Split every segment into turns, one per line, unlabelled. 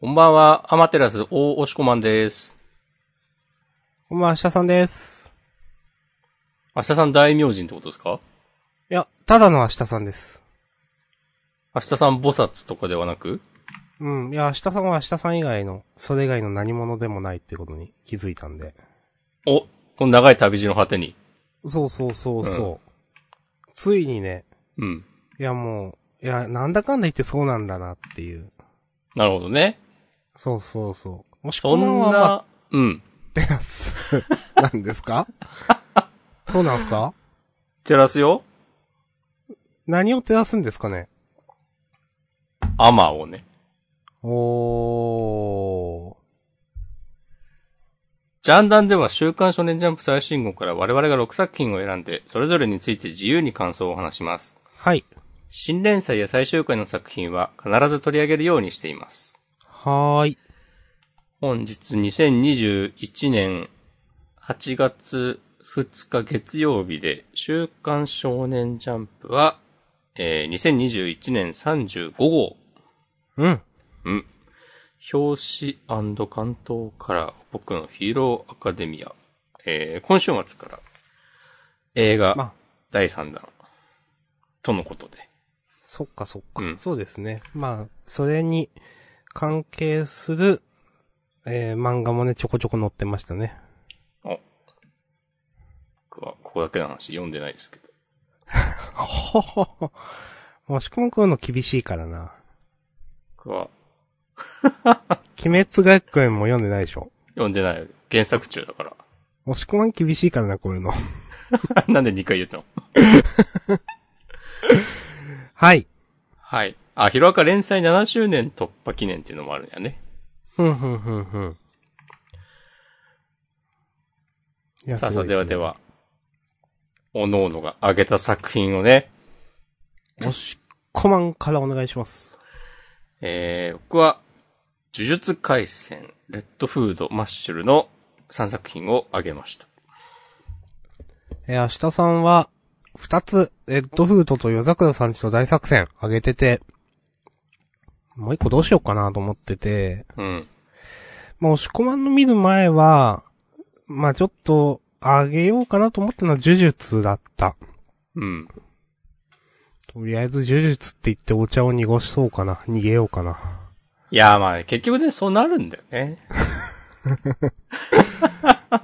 こんばんは、アマテラス大押しこまんです。
こんばんは、下さんです。
明日さん大名人ってことですか
いや、ただの明日さんです。
明日さん菩薩とかではなく
うん。いや、明日さんは明日さん以外の、それ以外の何者でもないってことに気づいたんで。
お、この長い旅路の果てに。
そうそうそうそう。ついにね、
うん。
いやもう、いや、なんだかんだ言ってそうなんだなっていう。
なるほどね。
そうそうそう。もし
そ
こ
ん
んばんは
な、うん。
待ってます。なんですかそうなんですか
照らすよ。
何を照らすんですかね
アマをね。
おー。
ジャンダンでは週刊少年ジャンプ最新号から我々が6作品を選んで、それぞれについて自由に感想を話します。
はい。
新連載や最終回の作品は必ず取り上げるようにしています。
はーい。
本日2021年8月2日月曜日で、週刊少年ジャンプは、えー、2021年35号。
うん。
うん。表紙関東から僕のヒーローアカデミア。えー、今週末から映
ま
画
あ
第3弾。とのことで。
そっかそっか。
うん
そうですね。まあ、それに関係する、えー、漫画もね、ちょこちょこ載ってましたね。
お。僕はここだけの話読んでないですけど。
ほほほ。もしくも食うの厳しいからな。
僕は
鬼滅学園も読んでないでしょ。
読んでない。原作中だから。
もしくも厳しいからな、こういうの。
なんで2回言ったの
はい。
はい。あ、ヒロアカ連載7周年突破記念っていうのもあるんやね。
ふんふんふんふん。いや
さあさあ、
すごい
ですは
ね
では。おのおのが挙げた作品をね、
もしこまんからお願いします。
えー、僕は、呪術廻戦、レッドフード、マッシュルの3作品を挙げました。
えー、明日さんは、二つ、レッドフードと夜桜さんちと大作戦あげてて、もう一個どうしようかなと思ってて、
うん。
まあ、押し込まんの見る前は、まあ、ちょっと、あげようかなと思ったのは呪術だった。
うん。
とりあえず呪術って言ってお茶を濁しそうかな。逃げようかな。
いやーまあ、結局ね、そうなるんだよね。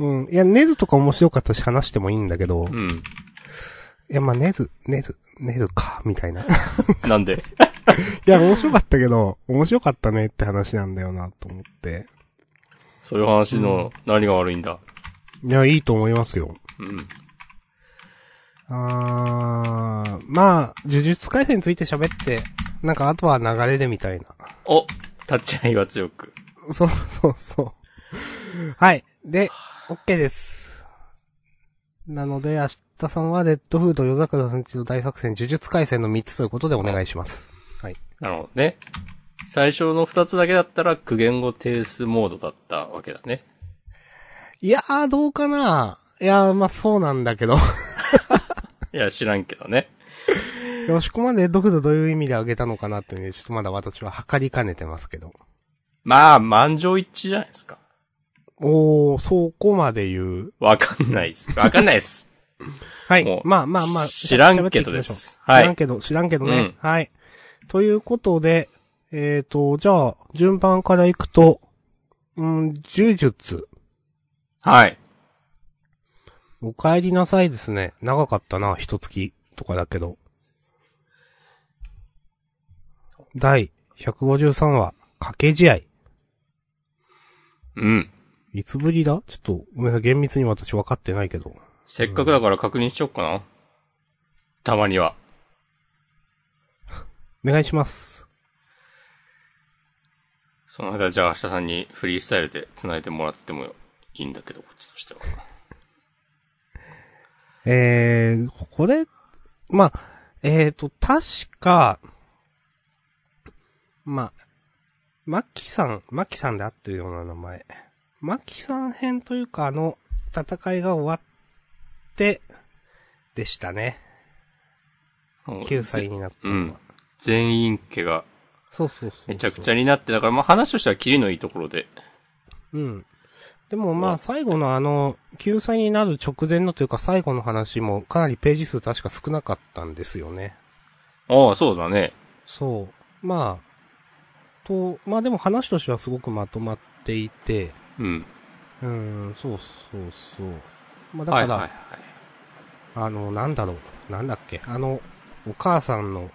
うん。いや、ネズとか面白かったし話してもいいんだけど、い
うん。
や、まあ、ネズ、ネズ、ネズか、みたいな。
なんで。
いや、面白かったけど、面白かったねって話なんだよな、と思って。
そういう話の何が悪いんだ。
いや、いいと思いますよ。
うん。
あー、まあ、呪術回戦について喋って、なんかあとは流れでみたいな。
お、立ち合いは強く。
そうそうそう。はい。で、OK です。なので、明日さんはレッドフード、夜桜さんちの大作戦、呪術回戦の3つということでお願いします。はい。
なるほどね。最初の二つだけだったら苦言語定数モードだったわけだね。
いやー、どうかないやー、まあそうなんだけど。
いや、知らんけどね。
よしこまでレッドフードどういう意味であげたのかなっていうのをちょっとまだ私は測りかねてますけど。
まあ、満場一致じゃないですか。
おー、そこまで言う。
わかんないっ す。わかんないっす。
はい
も。う
まあまあまあ。
知らんけどです
喋っていきましょう
はい
知らんけど、知らんけどね。
うん
はい。ということで、えーと、じゃあ、順番からいくと、うん、呪術。
はい。
お帰りなさいですね。長かったな、一月とかだけど。第153話、掛け試合。
うん。
いつぶりだちょっと、ごめんなさい、厳密に私分かってないけど。
せっかくだから確認しよっかな。たまには。
お願いします。
その間、じゃあ、明日さんにフリースタイルで繋いでもらってもいいんだけど、こっちとしては。
えー、これ、まあ、えーと、確か、まあ、マキさん、マキさんで合ってるような名前。マキさん編というか、あの、戦いが終わって、でしたね。9歳になった
う
の
ん
は。。
全員家が
そうそうそう。
めちゃくちゃになって、だからまあ話としてはキリのいいところで。
うん。でもまあ最後のあの、救済になる直前のというか最後の話もかなりページ数確か少なかったんですよね。
ああ、そうだね。
そう。まあ、と、まあでも話としてはすごくまとまっていて、
うん。
うん、そうそうそう。まあだか
は
ら、
いはいはい。
あの、なんだろう、なんだっけ、あの、お母さんの、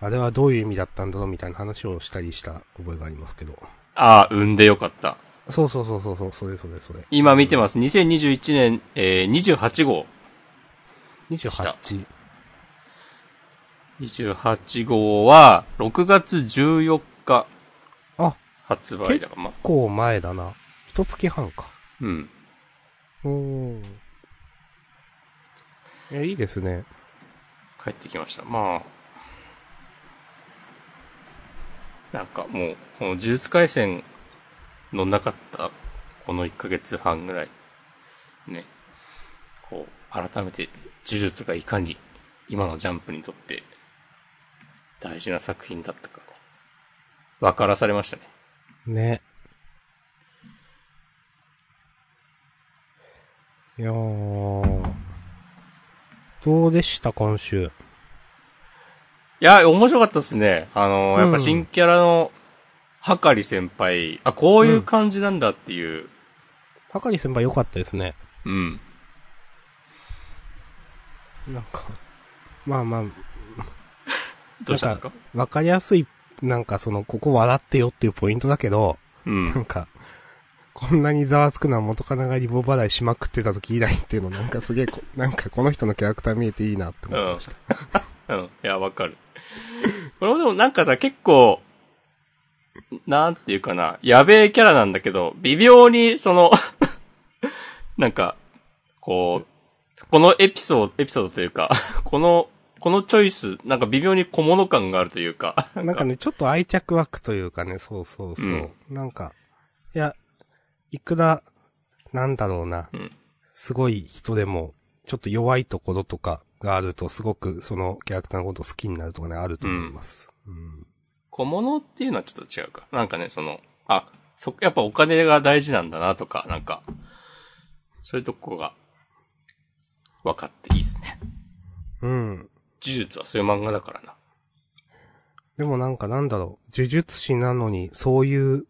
あれはどういう意味だったんだろうみたいな話をしたりした覚えがありますけど。
ああ、産んでよかった。
そうそうそうそうそう、それそれそれ。
今見てます。2021年、えー、28号。した
28。
28号は、6月14日
あ、
発売だから、まあ、
こう前だな。一月半か。
うん。
うん。え、いいですね。
帰ってきました。まあ、なんかもう、この呪術回戦のなかった、この1ヶ月半ぐらい、ね、こう、改めて呪術がいかに今のジャンプにとって大事な作品だったか、分からされましたね。
ね。いやー。どうでした、今週。
いや、面白かったですね。あの、やっ
うん
ぱ新キャラの、はかり先輩、あ、こういう感じなんだっていう、
はかり先輩良かったですね。
うん。
なんか、まあまあ、
どうしたんですか
わかりやすい、なんかその、ここ笑ってよっていうポイントだけど、
うん
なんか、こんなにざわつくのは元カノがリボ払いしまくってた時以来っていうの、なんかすげえこ、なんかこの人のキャラクター見えていいなって 思いまし た。
うん。いや、わかる。これもでもなんかさ、結構、なんていうかな、やべえキャラなんだけど、微妙に、その、 なんか、こう、このエピソード、エピソードというか、 この、このチョイス、なんか微妙に小物感があるというか、
なんかね、ちょっと愛着枠というかね、そうそうそう。
うん
なんか、いや、いくら、なんだろうな、
うん
すごい人でも、ちょっと弱いところとかがあると、すごくそのキャラクターのことを好きになるとかね、あると思います。うん。
小物っていうのはちょっと違うか。なんかね、その、あ、そ、やっぱお金が大事なんだなとか、なんか、そういうとこが、分かっていいですね。
うん。
呪術はそういう漫画だからな。
でもなんかなんだろう、呪術師なのに、そういう、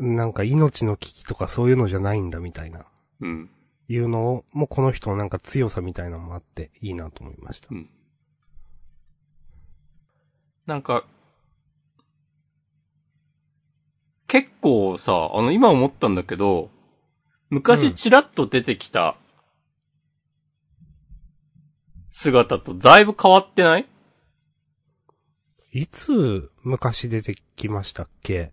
なんか命の危機とかそういうのじゃないんだみたいな、
うん。
いうのを、もうこの人のなんか強さみたいなのもあって、いいなと思いました
う。ん。なんか、結構さ、あの、今思ったんだけど、
う
昔
ん
チラッと出てきた姿とだいぶ変わってない
いつ昔出てきましたっけ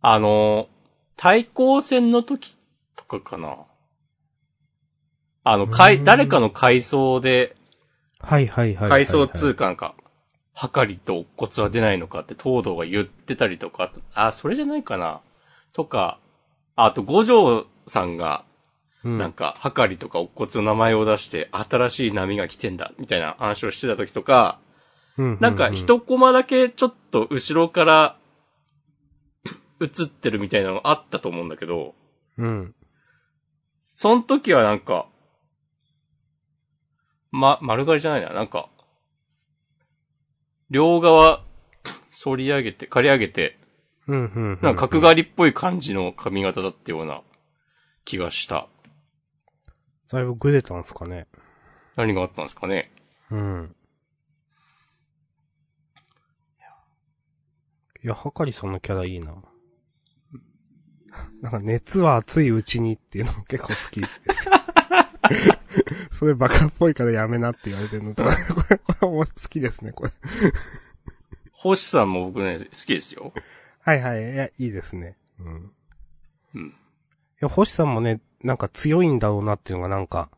あの、対抗戦の時とかかな。あの、か
う
い、
ん
誰かの階層で、
はいはいはいはい、は
階
い。
層通貨なんか、はかりと骨は出ないのかって東堂が言ってたりとか、あとあ、それじゃないかな。とか、あと五条さんが、
うん。
なんか、はかりとか骨の名前を出して、新しい波が来てんだ、みたいな話をしてた時とか、なんか一コマだけちょっと後ろから 映ってるみたいなのあったと思うんだけど、
うん。
その時はなんか、ま、丸刈りじゃないな、なんか、両側、反り上げて、刈り上げて、
うん、うん、うん。
なんか角刈りっぽい感じの髪型だったような気がした。
だいぶグレたんすかね。
何があったんですかね。
うん。いや、はかりさんのキャラいいな。 なんか熱は熱いうちにっていうのも結構好き ですけど。それバカっぽいからやめなって言われてるの とか、これ、これも好きですね、これ。
星さんも僕ね、好きですよ。
はいはい、いや、いいですね。うん。
うん
いや、星さんもね、なんか強いんだろうなっていうのがなんか、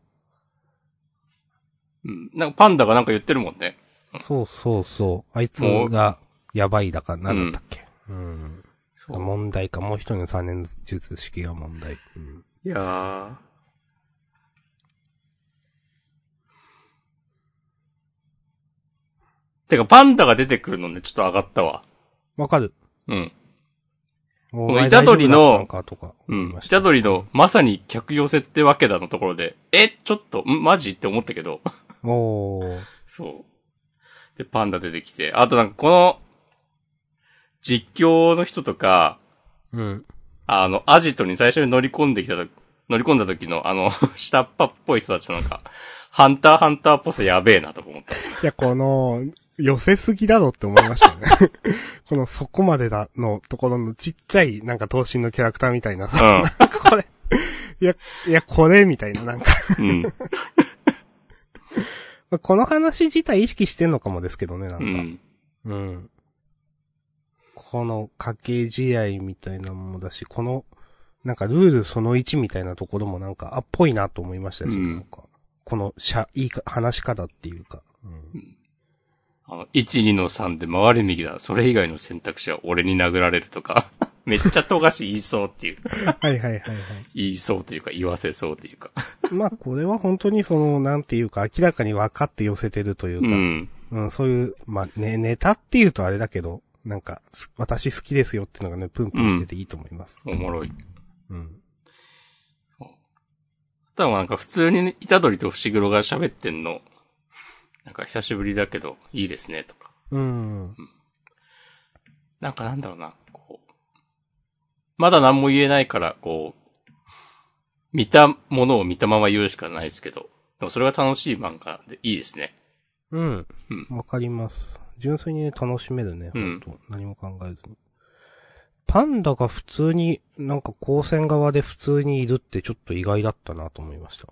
うん。なんかパンダがなんか言ってるもんね。
そうそうそう、あいつがやばいだから、なんだったっけ。うん。
い
問題か、もう一人の3年術式が問題。うん。
やー。てか、パンダが出てくるのね、ちょっと上がったわ。
わかる。
うん。
こ
この虎杖の
とか
うん。下取りの、まさに客寄せってわけだのところで、え、ちょっと、んマジって思ったけど。
もう、
そう。で、パンダ出てきて。あとなんか、この、実況の人とか、
うん。
あの、アジトに最初に乗り込んできたと、乗り込んだ時の、あの、 下っ端っぽい人たちのなんか、ハンターハンターっぽさやべえなとか思った。
いや、この、寄せすぎだろって思いましたね。 この、そこまでだのところのちっちゃい、なんか、等身のキャラクターみたいなさ、
うん。
これ、いや、いや、これみたいな、なんか、
うん。
この話自体意識してんのかもですけどね、な
うん
か。
ん。
うん。この掛け試合みたいなのもだし、この、なんかルールその1みたいなところもなんか、あっぽいなと思いましたし、
うん
なんか。この、しゃ、いいか、話し方っていうか。うん、
あの、1、2の3で回れ右だ。それ以外の選択肢は俺に殴られるとか。 めっちゃ富樫言いそうっていう。
はいはいはいはい。
言いそうというか、言わせそうというか。
まあ、これは本当にその、なんていうか、明らかに分かって寄せてるという
う
か、
ん。
うん、そういう、まあ、ね、ネタっていうとあれだけど、なんか、す私好きですよっていうのがね、プンプンしてていいと思います。
おもろい。
うん。
ただなんか普通にイタドリと伏黒が喋ってんの、なんか久しぶりだけど、いいですね、とか。
うん。
なんかなんだろうな、こう。まだ何も言えないから、こう、見たものを見たまま言うしかないですけど、でもそれが楽しい漫画でいいですね。
うん
うん。
わかります。純粋にね、楽しめるね、
う
ほ
ん
んと。何も考えずに。パンダが普通に、なんか光線側で普通にいるってちょっと意外だったなと思いました。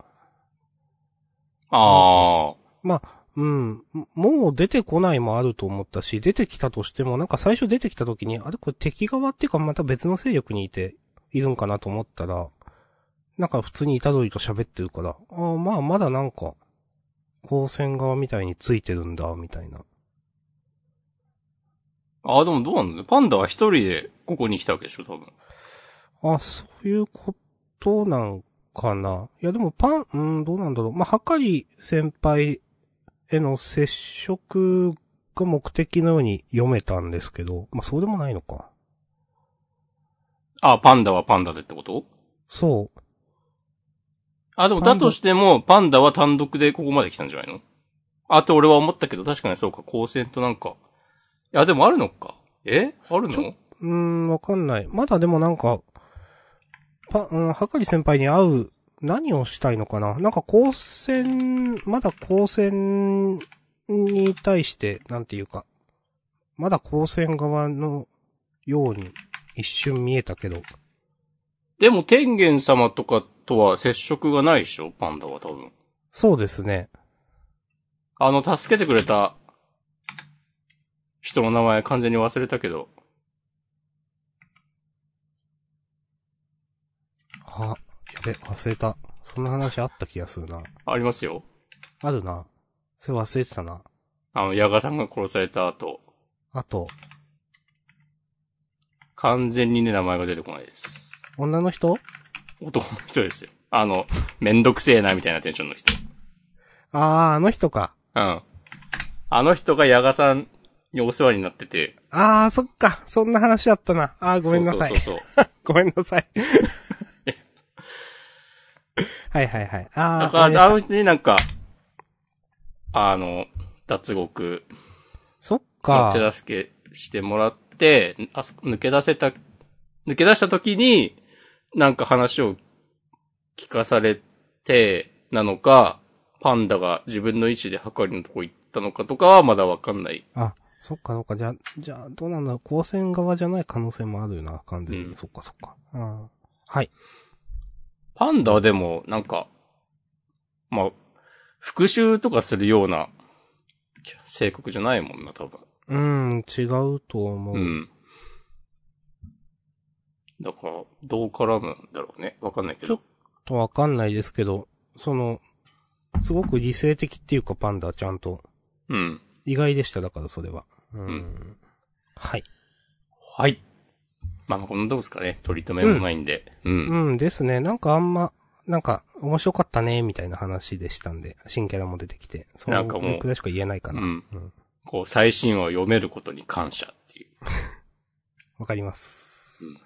ああ、
まあ、うん。もう出てこないもあると思ったし、出てきたとしても、なんか最初出てきた時に、あれこれ敵側っていうかまた別の勢力にいて、いるんかなと思ったら、なんか普通にイタドリと喋ってるから、ああ、まあまだなんか、光線側みたいについてるんだ、みたいな。
ああ、でもどうなんだパンダは一人でここに来たわけでしょ、多分。
あ、そういうことなんかな。いや、でもパン、うん、どうなんだろう。まあ、はかり先輩への接触が目的のように読めたんですけど、まあ、そうでもないのか。
ああ、パンダはパンダでってこと
そう。
あ、でも
パ
だ
ンダ
としても、パンダは単独でここまで来たんじゃないのあ、って俺は思ったけど、確かにそうか、光線となんか。いや、でもあるのか。えある
ちょ
の
うーん、わかんない。まだでもなんか、パ、うん、はかり先輩に会う、何をしたいのかななんか光線、まだ光線に対して、なんていうか、まだ光線側のように一瞬見えたけど、
でも、天元様とかとは接触がないでしょパンダは多分。
そうですね。
あの、助けてくれた、人の名前完全に忘れたけど。
あ、やべ、忘れた。そんな話あった気がするな。
ありますよ。
あるな。それ忘れてたな。
あの、ヤガさんが殺された後、
あと、
完全にね、名前が出てこないです。
女の人
男の人ですよ。あの、めんどくせえな、みたいなテンションの人。
ああ、あの人か。
うん。あの人がヤガさんにお世話になってて。
ああ、そっか。そんな話だったな。ああ、ごめんなさい
そう。そうそうそう。
ごめん なさい。はいはいはい。あ
だ
あ、
か
ごめんな
ら、あ
さい
の人になんか、あの、脱獄
そっ
の
か。
手助けしてもらって、あそこ抜け出せた、抜け出した時に、なんか話を聞かされて、なのか、パンダが自分の意思でハカリのとこ行ったのかとかはまだわかんない。
あ、そっかそっか。じゃあ、じゃあ、どうなんだろう。光線側じゃない可能性もあるよな、完全に。
うん
そっかそっか。うん。はい。
パンダはでも、なんか、まあ、復讐とかするような、性格じゃないもんな、多分。
うん、違うと思う。
うん。だから、どう絡むんだろうね。わかんないけ
ちょ
ど
っ。とわかんないですけど、その、すごく理性的っていうか、パンダちゃんと。
うん。
意外でした、だからそれは。うん。
うん
はい。
はい。まあ、こんなとこですかね。取り留めもないんで。うん。
うんですね。なんかあんま、なんか、面白かったね、みたいな話でしたんで、新キャラも出てきて。そう
なんかもう
僕らしか言えないか
う
な。
ん
うん
こう、最新話を読めることに感謝っていう。
わかります。
うん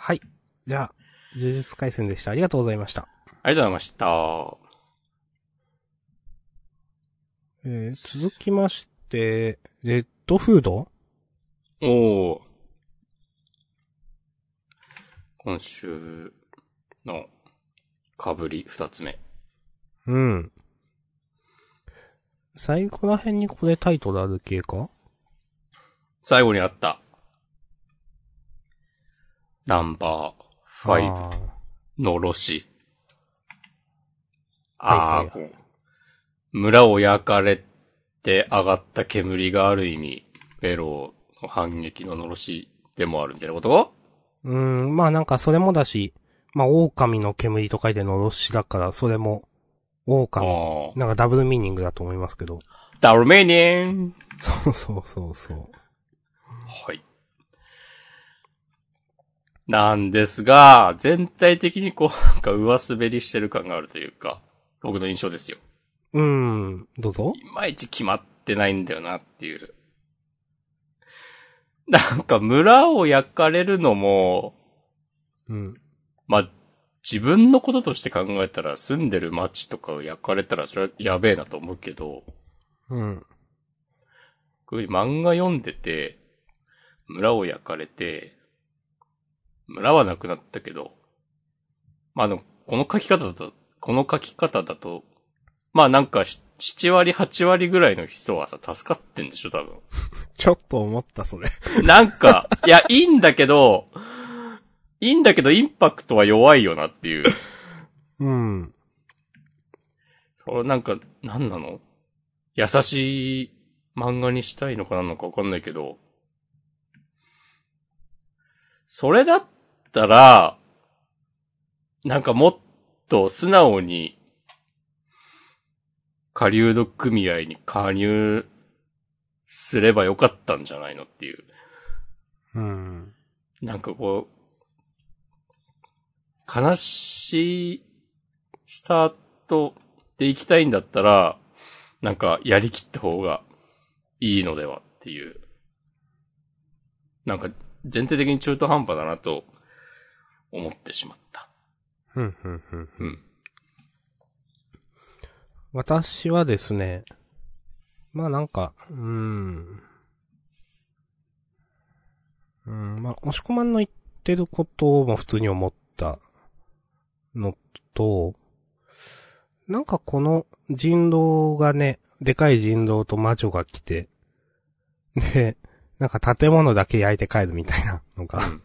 はい。じゃあ、呪術回戦でした。ありがとうございました。
ありがとうございました。
えー続きまして、レッドフード
おお。今週のかぶり二つ目。
うん。最後ら辺にこれタイトルある系か
最後にあった。ナンバーファイ
あー
ブのろし。
は
あ
い
ー、村を焼かれて上がった煙がある意味、ベロの反撃ののろしでもあるみたいなこと
うん、まあなんかそれもだし、まあ狼の煙と書いてのろしだから、それも、
あ
狼。
あ。
なんかダブルミーニングだと思いますけど。
ダルメニエン
そうそうそうそう。
はい。なんですが、全体的にこう、なんか上滑りしてる感があるというか、僕の印象ですよ。
うーん、どうぞ。
いまいち決まってないんだよなっていう。なんか村を焼かれるのも、
うん。
まあ、自分のこととして考えたら住んでる町とかを焼かれたらそれはやべえなと思うけど、
うん。
これ漫画読んでて、村を焼かれて、村はなくなったけど、まあ、あの、この書き方だと、この書き方だと、まあなんかし、7割、8割ぐらいの人はさ、助かってんでしょ、多分。
ちょっと思った、それ。
なんか、いや、いいんだけど、いいんだけど、インパクトは弱いよなっていう。
うん。
それなんか、なんなの優しい漫画にしたいのかなのかわかんないけど。それだったら、なんかもっと素直に、下流土組合に加入すればよかったんじゃないのっていう。
うん。
なんかこう、悲しいスタートで行きたいんだったら、なんかやりきった方がいいのではっていう。なんか全体的に中途半端だなと思ってしまった。
ふんふんふん。
うん。
私はですね、まあなんか、うーん。うん、まあ、押し込まんの言ってることも普通に思ったのと、なんかこの人狼がね、でかい人狼と魔女が来て、で、なんか建物だけ焼いて帰るみたいなのが、
うん
い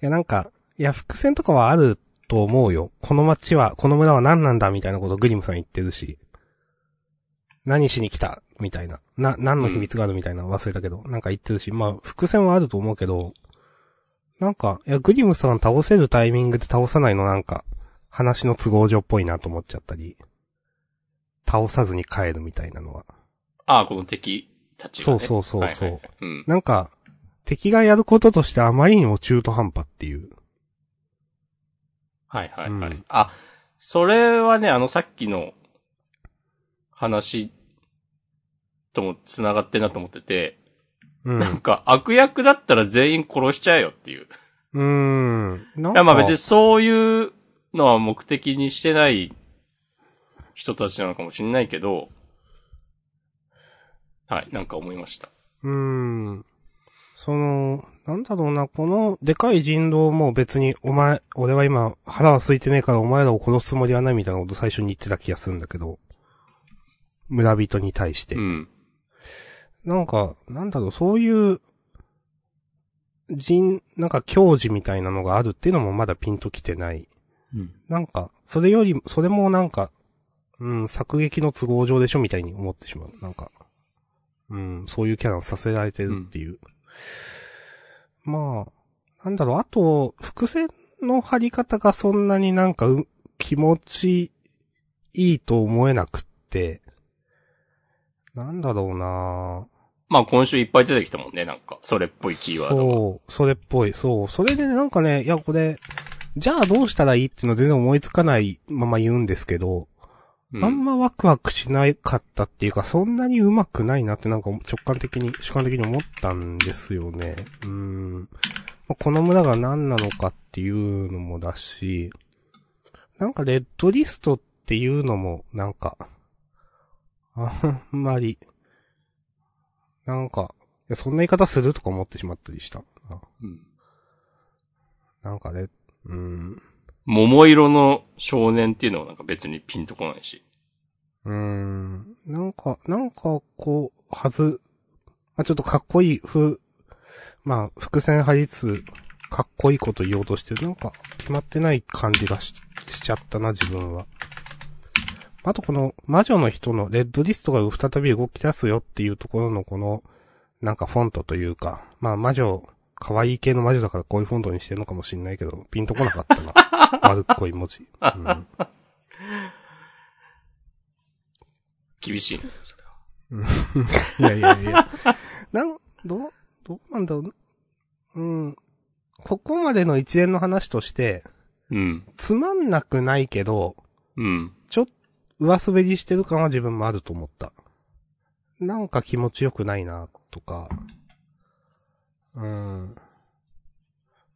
や、なんか、いや、伏線とかはあると思うよ。この街は、この村は何なんだみたいなことをグリムさん言ってるし。何しに来たみたいな。な、何の秘密があるみたいな忘れたけど、なんか言ってるし。まあ、伏線はあると思うけど、なんか、いや、グリムさん倒せるタイミングで倒さないのなんか、話の都合上っぽいなと思っちゃったり、倒さずに帰るみたいなのは。
ああ、この敵たちが、ね。
そうそうそうそう
はいはいはいうん。
なんか、敵がやることとしてあまりにも中途半端っていう。
はいはいはい。
うん
あ、それはね、あのさっきの話とも繋がってんなと思ってて、
うん。
なんか悪役だったら全員殺しちゃえよっていう。
うーん。なん
いやまあ別にそういうのは目的にしてない人たちなのかもしれないけど、はい、なんか思いました。
うーん。その、なんだろうな、この、でかい人狼も別に、お前、俺は今、腹は空いてねえからお前らを殺すつもりはないみたいなこと最初に言ってた気がするんだけど、村人に対して。
うん。
なんか、なんだろう、そういう、人、なんか、矜持みたいなのがあるっていうのもまだピンときてない。なんか、それより、それもなんか、うん、作劇の都合上でしょみたいに思ってしまう。なんか、うん、そういうキャラにさせられてるっていう。まあ、なんだろう、あと、伏線の張り方がそんなになんかう、気持ちいいと思えなくって、なんだろうな
まあ今週いっぱい出てきたもんね、なんか。それっぽいキーワード
そう、それっぽい。そう。それでね、なんかね、いや、これ、じゃあどうしたらいいっていうのは全然思いつかないまま言うんですけど、
う
あんまワクワクしなかったっていうか、そんなに上手くないなってなんか直感的に、主観的に思ったんですよね。うーん。まあこの村が何なのかっていうのもだし、なんかレッドリストっていうのも、なんか、あんまり、なんか、いやそんな言い方するとか思ってしまったりした。あ
うん
なんかね、うーん、
桃色の少年っていうのはなんか別にピンとこないし。
うーん、なんか、なんか、こう、はず、まあ、ちょっとかっこいい、ふ、まあ、伏線張りつつ、かっこいいこと言おうとしてる。なんか、決まってない感じがししちゃったな、自分は。あとこの、魔女の人のレッドリストが再び動き出すよっていうところのこの、なんかフォントというか、まあ魔女、可愛い系の魔女だからこういうフォントにしてるのかもしんないけど、ピンとこなかったな。丸っこい文字。うん
厳しいね、それは。
いやいやいや。なん、どう、どうなんだろうな。うん。ここまでの一連の話として、
うん。
つまんなくないけど、
うん。
ちょっと上滑りしてる感は自分もあると思った。なんか気持ちよくないな、とか。うん。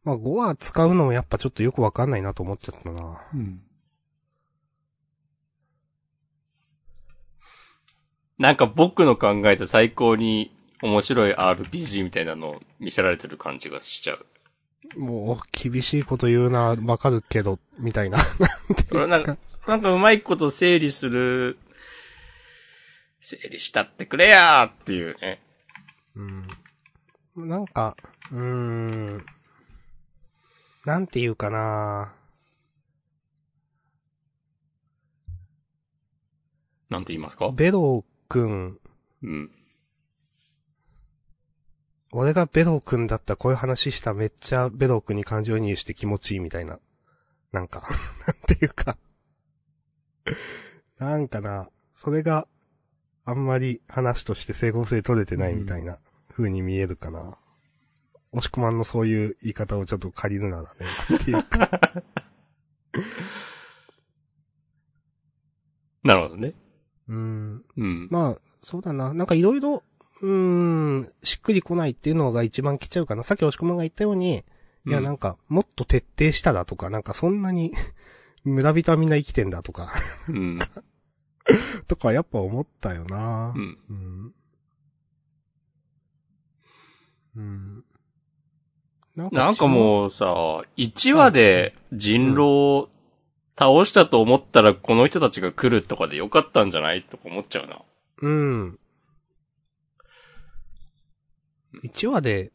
まあ、5話使うのもやっぱちょっとよくわかんないなと思っちゃったな。
なんか僕の考えた最高に面白い RPG みたいなのを見せられてる感じがしちゃう。
もう、厳しいこと言うな、わかるけど、みたいな。
それはなんか、なんかうまいこと整理する、整理したってくれやーっていうね。
うん。なんか、うーん。なんていうかな
なんて言いますか
ベロー君、
うん。
俺がベロー君だったらこういう話したらめっちゃベロー君に感情移入して気持ちいいみたいな。なんか、 なんていうか。なんかな、それがあんまり話として整合性取れてないみたいな風に見えるかな。押し込まんのそういう言い方をちょっと借りるならね、なんていうか。
なるほどね。
うん。
うん。
まあ、そうだな。なんかいろいろ、うーん、しっくりこないっていうのが一番来ちゃうかな。さっき押し込まんが言ったように、いや
うん
なんか、もっと徹底しただとか、なんかそんなに、 村人はみんな生きてんだとか、
うん。
とかやっぱ思ったよな
う。ん。
うん。うん。なん
なんかもうさ、1話で人狼を倒したと思ったらこの人たちが来るとかでよかったんじゃないとか思っちゃうな。
う、うん。1話で、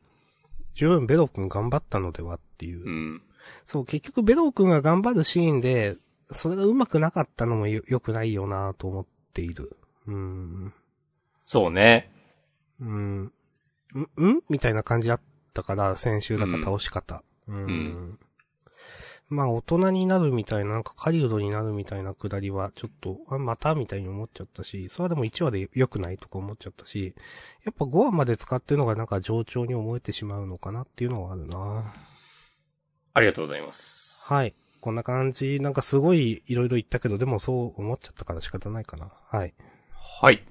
十分ベロ君頑張ったのではっていう。
うん。
そう、結局ベロー君が頑張るシーンで、それが上手くなかったのもよ良くないよなと思っている。うーん。
そうね。
うーん。んんみたいな感じだったから、先週だから倒し方。うーん。
うん
まあ、大人になるみたいな、なんか狩人になるみたいなくだりは、ちょっと、あ、またみたいに思っちゃったし、それはでも1話で良くないとか思っちゃったし、やっぱ5話まで使ってるのがなんか冗長に思えてしまうのかなっていうのはあるな
ありがとうございます。
はい。こんな感じ。なんかすごいいろいろ言ったけど、でもそう思っちゃったから仕方ないかな。はい。
はい。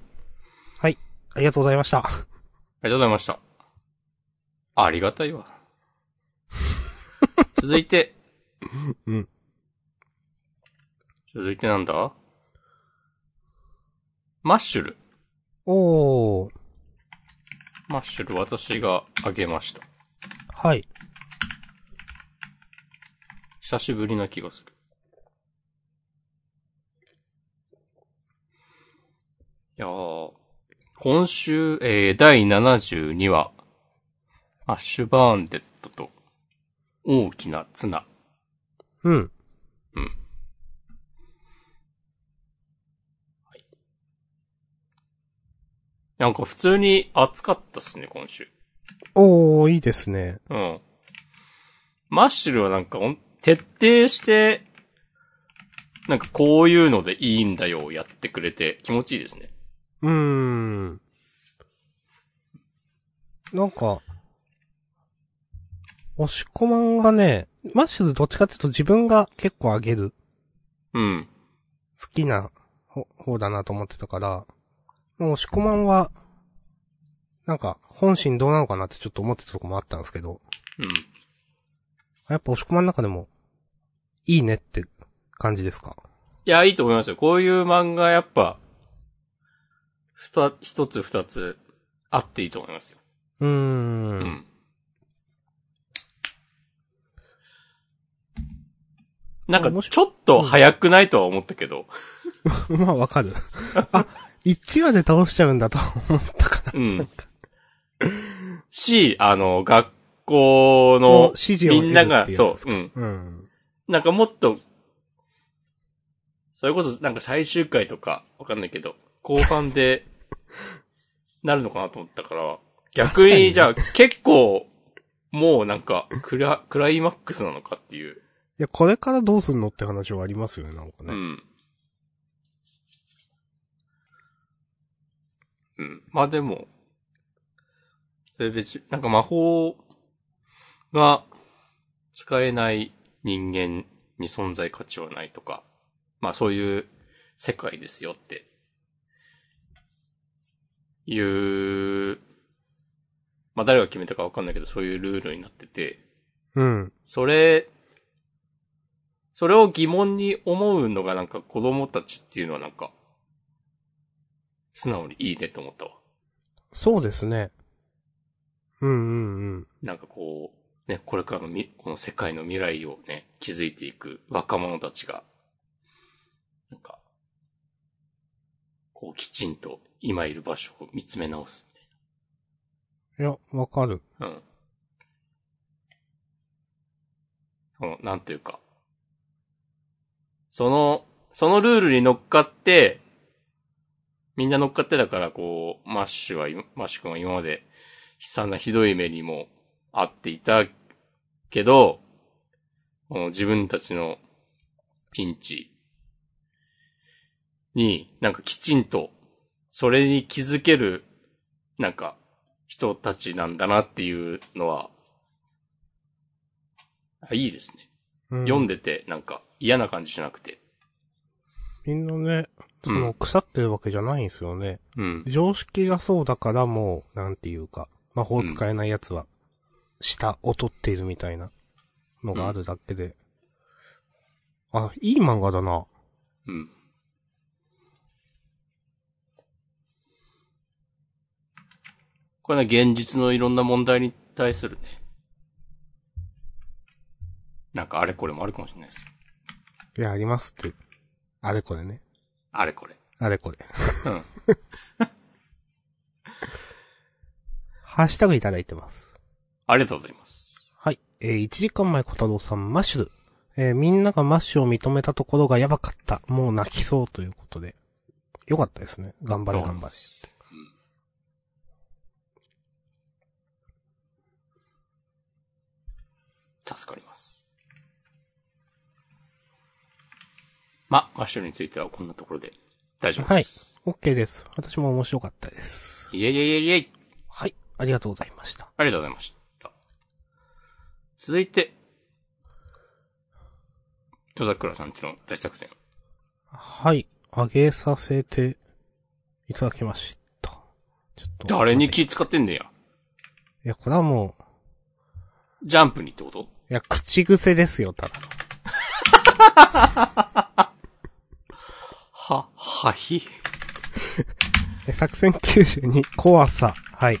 はい。ありがとうございました。
ありがとうございました。ありがたいわ。 続いて。
うん。
続いてなんだマッシュル。
おー。
マッシュル私があげました。
はい。
久しぶりな気がする。いやー今週、えー、第72話、アッシュバーンデッドと、大きなツナ。
うん。
なんか普通に暑かったっすね、今週。
おー、いいですね。
うん。マッシュルはなんかほん、徹底して、なんかこういうのでいいんだよをやってくれて気持ちいいですね。
うーん。なんか、押し込まんがね、マッシュズどっちかっていうと自分が結構あげる。
うん。
好きなほ方だなと思ってたから、まあ押し込まんは、なんか、本心どうなのかなってちょっと思ってたとこもあったんですけど、
うん。
やっぱ押し込まんの中でも、いいねって感じですか
いや、いいと思いますよ。こういう漫画やっぱ、ふた、一つ二つあっていいと思いますよ。
うーん。
うんん。なんか、
あもし
ちょっと早くないとは思ったけ ど。
まあわかる。あ、1話で倒しちゃうんだと思ったか
うん。し、あの、学校
ら。
の
指、示を
み
得る
ん
っ
なが、
ていや
そ
つです
う、うん。
か。うん。
なんかもっと、それこそなんか最終回とか、わかんないけど、後半 で、なるのかなと思ったから、逆
確かに
に、
ね
じゃあ結構、もうなんか、クラ、クライマックスなのかっていう。
いや、これからどうすんのって話はありますよね、なんか
う
ね。
ん。うん。まあでも、それ別に、なんか魔法が使えない人間に存在価値はないとか、まあそういう世界ですよって、いう、まあ誰が決めたかわかんないけど、そういうルールになってて、
うん。
それ、それを疑問に思うのがなんか子供たちっていうのはなんか、素直にいいねと思ったわ。
そうですね。うんうんうん。
なんかこう、ね、これからのみ、この世界の未来をね、築いていく若者たちが、なんか、こうきちんと今いる場所を見つめ直すみ
いや、わかる。
たいな。うん。その、なんていうか、その、そのルールに乗っかって、みんな乗っかってだから、こう、マッシュは今、マッシュ君は今まで悲惨なひどい目にもあっていたけど、この自分たちのピンチに、なんかきちんと、それに気づける、なんか、人たちなんだなっていうのは、あいいですね。
うん、
読んでて、なんか嫌な感じしなくて。
みんなね、その、腐ってるわけじゃないんですよね。
うん。
常識がそうだからもう、なんていうか、魔法使えないやつは、下を取っているみたいなのがあるだけで。あ、いい漫画だな。
うん。これね、現実のいろんな問題に対するね。なんかあれこれもあるかもしれないです。
いや、ありますって。あれこれね。
あれこれ。
あれこれ。
うん。
ハッシュタグいただいてます。
ありがとうございます。
はい。えー、1時間前小太郎さん、マッシュル。えーみんながマッシュを認めたところがやばかった。もう泣きそうということで。よかったですね。頑張れ頑張れ。
助かります。ま、マッシュルについてはこんなところで大丈夫
は
で
い
す。。
OK です。私も面白かったです。
い。イェイイェイイェイイェイ
はい。ありがとうございました。
ありがとうございました。続いて、戸桜さんちの大作戦。
はい。あげさせていただきました。ちょっと。
誰に
い
気使ってんねや。
や、これはもう、
ジャンプにってこと
いや、口癖ですよ、ただ。
は、はひ
え作戦92、怖さ。はい。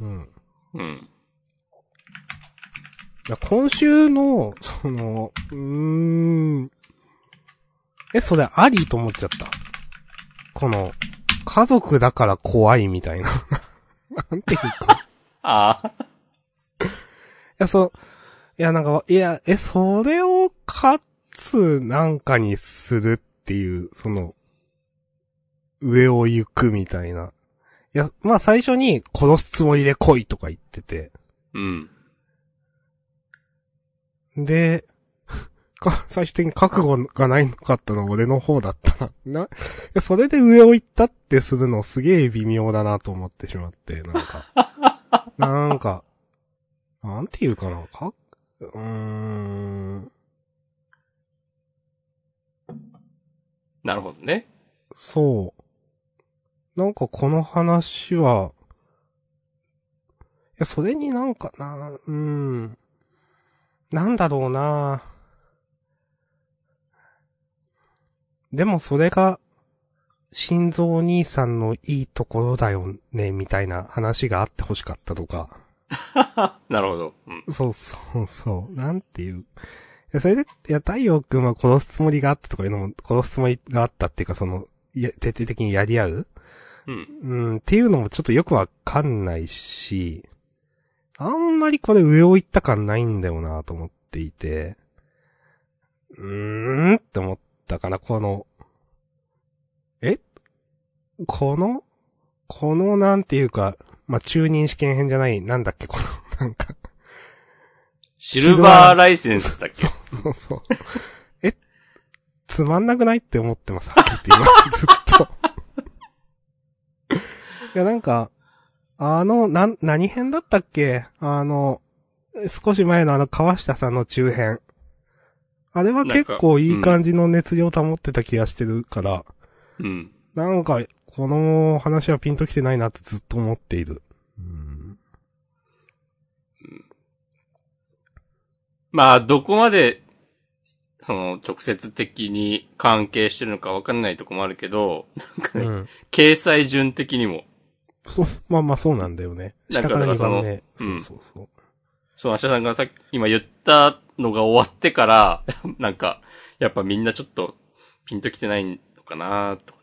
うん。
うん。
いや、今週の、その、うーん。え、それありと思っちゃった。この、家族だから怖いみたいな。 なんていうか。
ああ。
いや、そう、いや、なんか、いや、え、それを、かつ、なんかにするっていう、その、上を行くみたいな。いや、まあ最初に、殺すつもりで来いとか言ってて。
うん。
で、 か、最終的に覚悟がないのかったのは俺の方だったな。な、いやそれで上を行ったってするのすげえ微妙だなと思ってしまって、なんか。なんか、なんていうかな、か、うーん。
なるほどね。
そう。なんかこの話は、いや、それになんかな、うん。なんだろうな。でもそれが、心臓お兄さんのいいところだよね、みたいな話があってほしかったとか。
なるほど。うん。
そうそうそう。なんていう。いや、それで、いや、太陽くんは殺すつもりがあったとかいうのも、殺すつもりがあったっていうか、その、いや、徹底的にやり合う
うん。
うん、っていうのもちょっとよくわかんないし、あんまりこれ上を行った感ないんだよなと思っていて、うーんって思ったかな、この、えこの、このなんていうか、まあ、中任試験編じゃない、なんだっけ、この、なんか、
シルバーライセンスだっけ
そうそう。 え、つまんなくないって思ってます、はっきり言って今、ずっと。 いや、なんか、あの、なん、何編だったっけあの、少し前のあの、川下さんの中編。あれは結構いい感じの熱量保ってた気がしてるから、
うん。
なんか、この話はピンときてないなってずっと思っている。
まあ、どこまで、その、直接的に関係してるのかわかんないとこもあるけど、なんか
う
ね、
ん。
掲載順的にも、
そう、まあまあそうなんだよね。
なん
下
か
から2番目。
そ
そ
の
うそうそう。
そう、明日さんがさっき、今言ったのが終わってから、 なんか、やっぱみんなちょっと、ピンときてないのかなと、ね、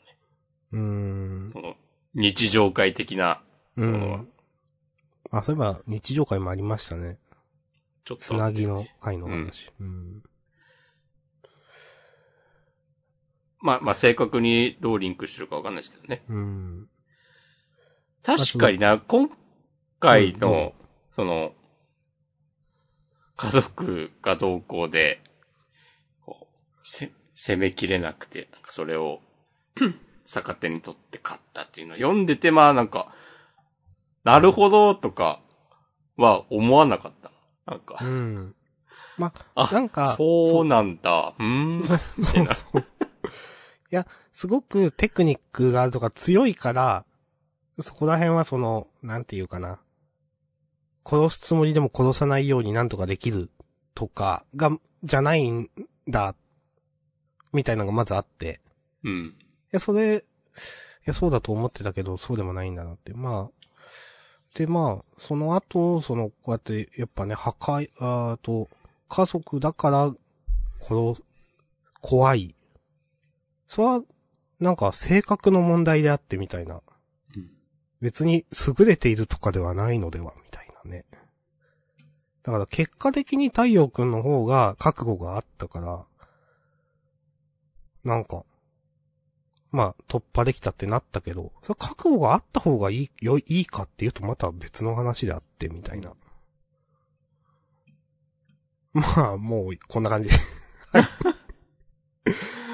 うーん。
この、日常会的な、
う
うん
ん。あ、そういえば、日常会もありましたね。
ちょっと。
つなぎの会の話。うん。
まあ、まあ、正確にどうリンクしてるかわかんないですけどね。
うん。
確かにな、今回
うんどう
の、その、家族が同行で、こう、せ、攻めきれなくて、なんかそれ を、逆手に取って勝ったっていうのを読んでて、まあなんか、なるほどとかは思わなかった。なん
う
か、
ん。ま、
あ
なんか、
そうなんだ、うーん。
そうそう。い や、すごくテクニックがあるとか強いから、そこら辺はその、なんていうかな。殺すつもりでも殺さないようになんとかできるとかが、じゃないんだ、みたいなのがまずあって。
うん。
いや、それ、いや、そうだと思ってたけど、そうでもないんだなって。まあ、で、まあ、その後、その、こうやって、やっぱね、破壊、あーと、家族だから、殺す、怖い。それは、なんか、性格の問題であってみたいな。
うん
別に、優れているとかではないのでは、みたいなね。だから、結果的に太陽くんの方が、覚悟があったから、なんか、まあ、突破できたってなったけど、それ覚悟があった方がいい、よい、いいかっていうとまた別の話であって、みたいな。まあ、もう、こんな 感じ。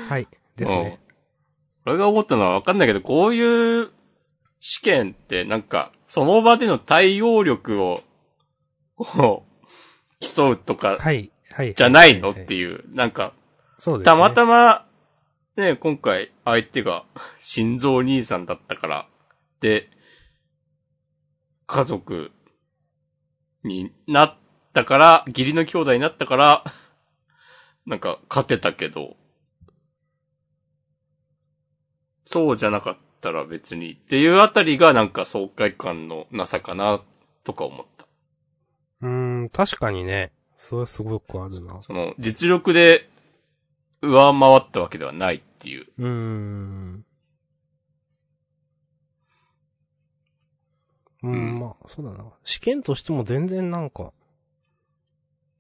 はい。ですね。
うん。俺が思ったのはわかんないけど、こういう試験ってなんか、その場での対応力を、こう、競うとか
はい。はい。
じゃないのって
う。
いう、なんか、
そうです、ね。
たまたま、ね、今回相手が心臓兄さんだったから、で、家族になったから、義理の兄弟になったから、なんか勝てたけど、そうじゃなかったら別にっていうあたりがなんか爽快感のなさかなとか思った。
うーん、確かにね。それすごくあるな。
その実力で上回ったわけではないっていう。
うーん。う
うん
ん、まあ、そうだな。試験としても全然なんか、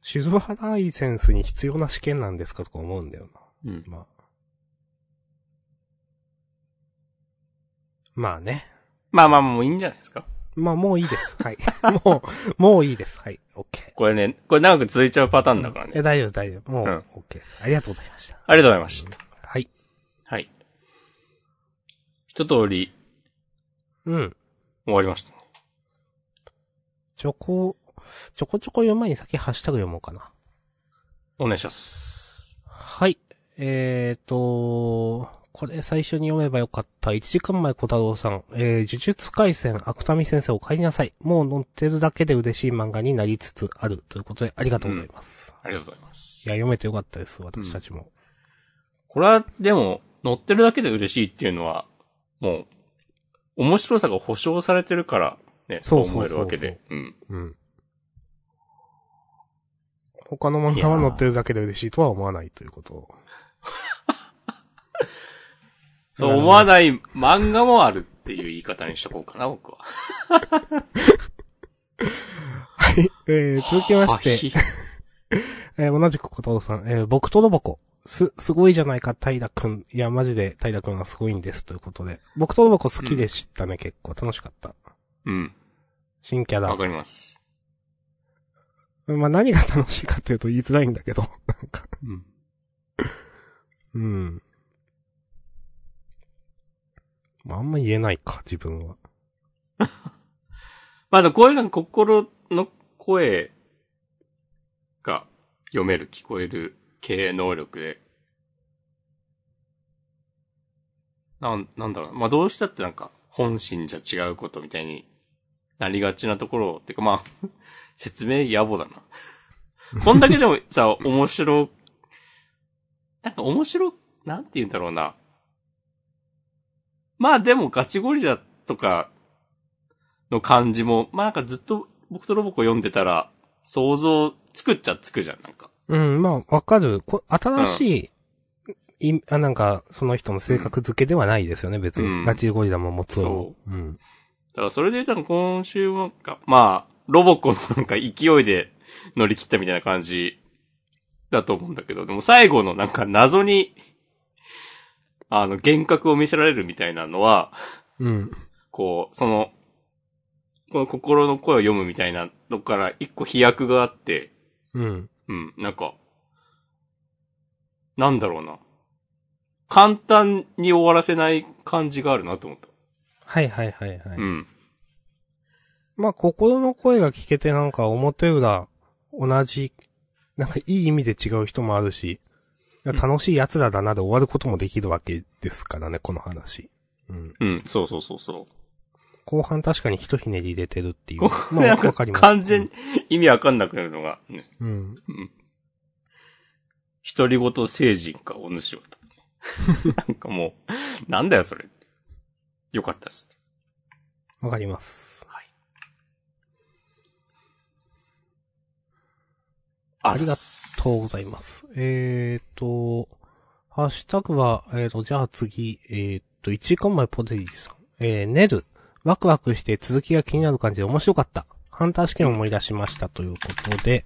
シルバーライセンスに必要な試験なんですかとか思うんだよ
うん
な。まあ。まあね。
まあまあもういいんじゃないですか。
まあもういい です。はい。もう、もういいです。はい。オッケ
これね、これ長く続いちゃうパターンだから
ー。いや、
ね。
大丈夫、大丈夫。も
う
う、
ん
オッケーです。ありがとうございました。
ありがとうございました。
はい。
はい。一通り
うん。
終わりましたね。
ちょこ、ちょこちょこ読む前に先ハッシュタグ読もうかな。
お願いします。
はい。えーと、これ最初に読めばよかった。1時間前小太郎さん、えー、呪術回戦、芥見先生を買いなさい。もう載ってるだけで嬉しい漫画になりつつある。ということで、ありがとうございます。
ありがとうございます。
いや、読めてよかったです、私たちも。
これは、でも、乗ってるだけで嬉しいっていうのは、もう、面白さが保証されてるから、ね、そ
そううそう
思え
そう
る
そう
わけで。うん。
うん。他の漫画は載ってるだけで嬉しいとは思わないということ。
そう思わない漫画もあるっていう言い方にしとこうかな、僕は。
はい。えー、続きまし
は
て、
ひ
えー同じく小太郎さん、えー僕とロボコ。す、すごいじゃないか、平くん。いや、マジで平くんはすごいんです、ということで。僕とロボコ好きでしたね、結構。楽しかった。
うん。
新キャラ
わ。かります。
まあ、何が楽しいかというと言いづらいんだけど。 なんか、
うん。
うん。まあ、あんま言えないか、自分は。
まあ、でもこういうの心の声が読める、聞こえる経営能力で。なん、なんだろうな。まあ、どうしたってなんか、本心じゃ違うことみたいになりがちなところを、てかまあ、 説明野暮だな。 こんだけでもさ、面白、なんか面白、なんて言うんだろうな。まあでもガチゴリラとかの感じも、まあなんかずっと僕とロボコ読んでたら、想像つくっちゃつくじゃん、なんか。
うん、まあ、わかる。こ新しい、いあ、なんか、その人の性格付けではないですよね、別に。
うん
ガチゴリラも持つも。うん。
だからそれで言ったら今週もか、まあ、ロボコのなんか勢いで乗り切ったみたいな感じだと思うんだけど、でも最後のなんか謎に、あの、幻覚を見せられるみたいなのは、
うん。
こう、その、この心の声を読むみたいなのから一個飛躍があって、
うん。
うん、なんか、なんだろうな。簡単に終わらせない感じがあるなと思った。
はいはいはいはい。
うん。
まあ、心の声が聞けてなんか表裏、同じ、なんかいい意味で違う人もあるし、いや楽しい奴らだなで終わることもできるわけですからね、この話。うん。
うん、そうそうそうそう。
後半確かに一ひねり入れてるっていう。
こう
まあ、
な
わ
んか
かります。
完全に意味わかんなくなるのが、ね、
うん。
独り言成人かお主は と。なんかもう、なんだよそれ。よかったっす。
わかります。ありがとうござい
す。
ます。えーと、ハッシュタグは、えーと、じゃあ次、えーと、1時間前ポテリーさん。えー、ネル、ワクワクして続きが気になる感じで面白かった。ハンター試験を思い出しましたということで、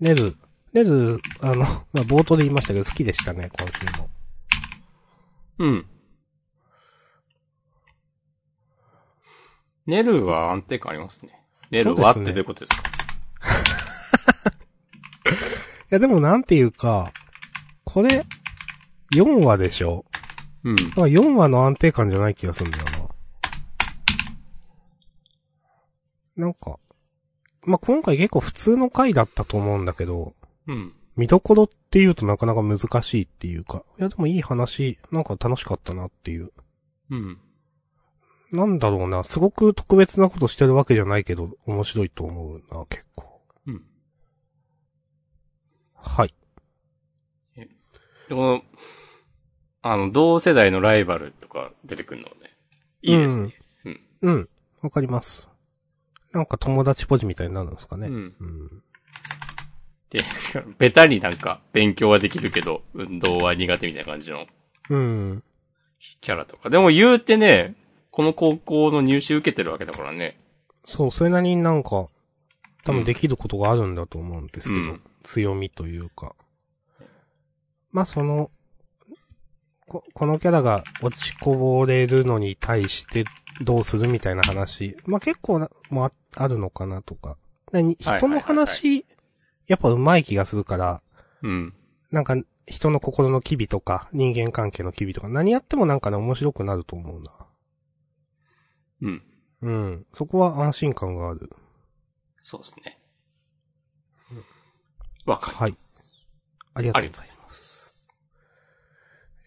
ネル、ネル、あの、 まあ、冒頭で言いましたけど、好きでしたね、今週も。
うん。ネルは安定感ありますね。ネルはって
そう
ど
ですね
ういうことですか
いや、でもなんていうか、これ、4話でしょ
うん。
まあ、4話の安定感じゃない気がするんだよな。なんか、まあ、今回結構普通の回だったと思うんだけど、
うん。
見どころっていうとなかなか難しいっていうか、いやでもいい話、なんか楽しかったなっていう。
うん。
なんだろうな、すごく特別なことしてるわけじゃないけど、面白いと思うな、結構。
うん。
はい。
でこの、あの、同世代のライバルとか出てくるのね。いいですね。うん。
うん。うん。わかります。なんか友達ポジみたいになるんですか
う
ね。
ん。
うん。
で、 ベタになんか勉強はできるけど、運動は苦手みたいな感じの
うん。
キャラとか。でも言うてね、この高校の入試受けてるわけだからね。
そう、それなりになんか、多分できることがあるんだと思うんですけど、
うん
強みというか。まあ、その、こ、このキャラが落ちこぼれるのに対してどうするみたいな話。まあ、結構な、もあ、あるのかなとか。なに
はいはいはいはい
人の話、やっぱ上手い気がするから、
うん。
なんか、人の心の機微とか、人間関係の機微とか、何やってもなんかね、面白くなると思うな。
うん。
うん。そこは安心感がある。
そうですね。わかる。
はい。ありがとうございます。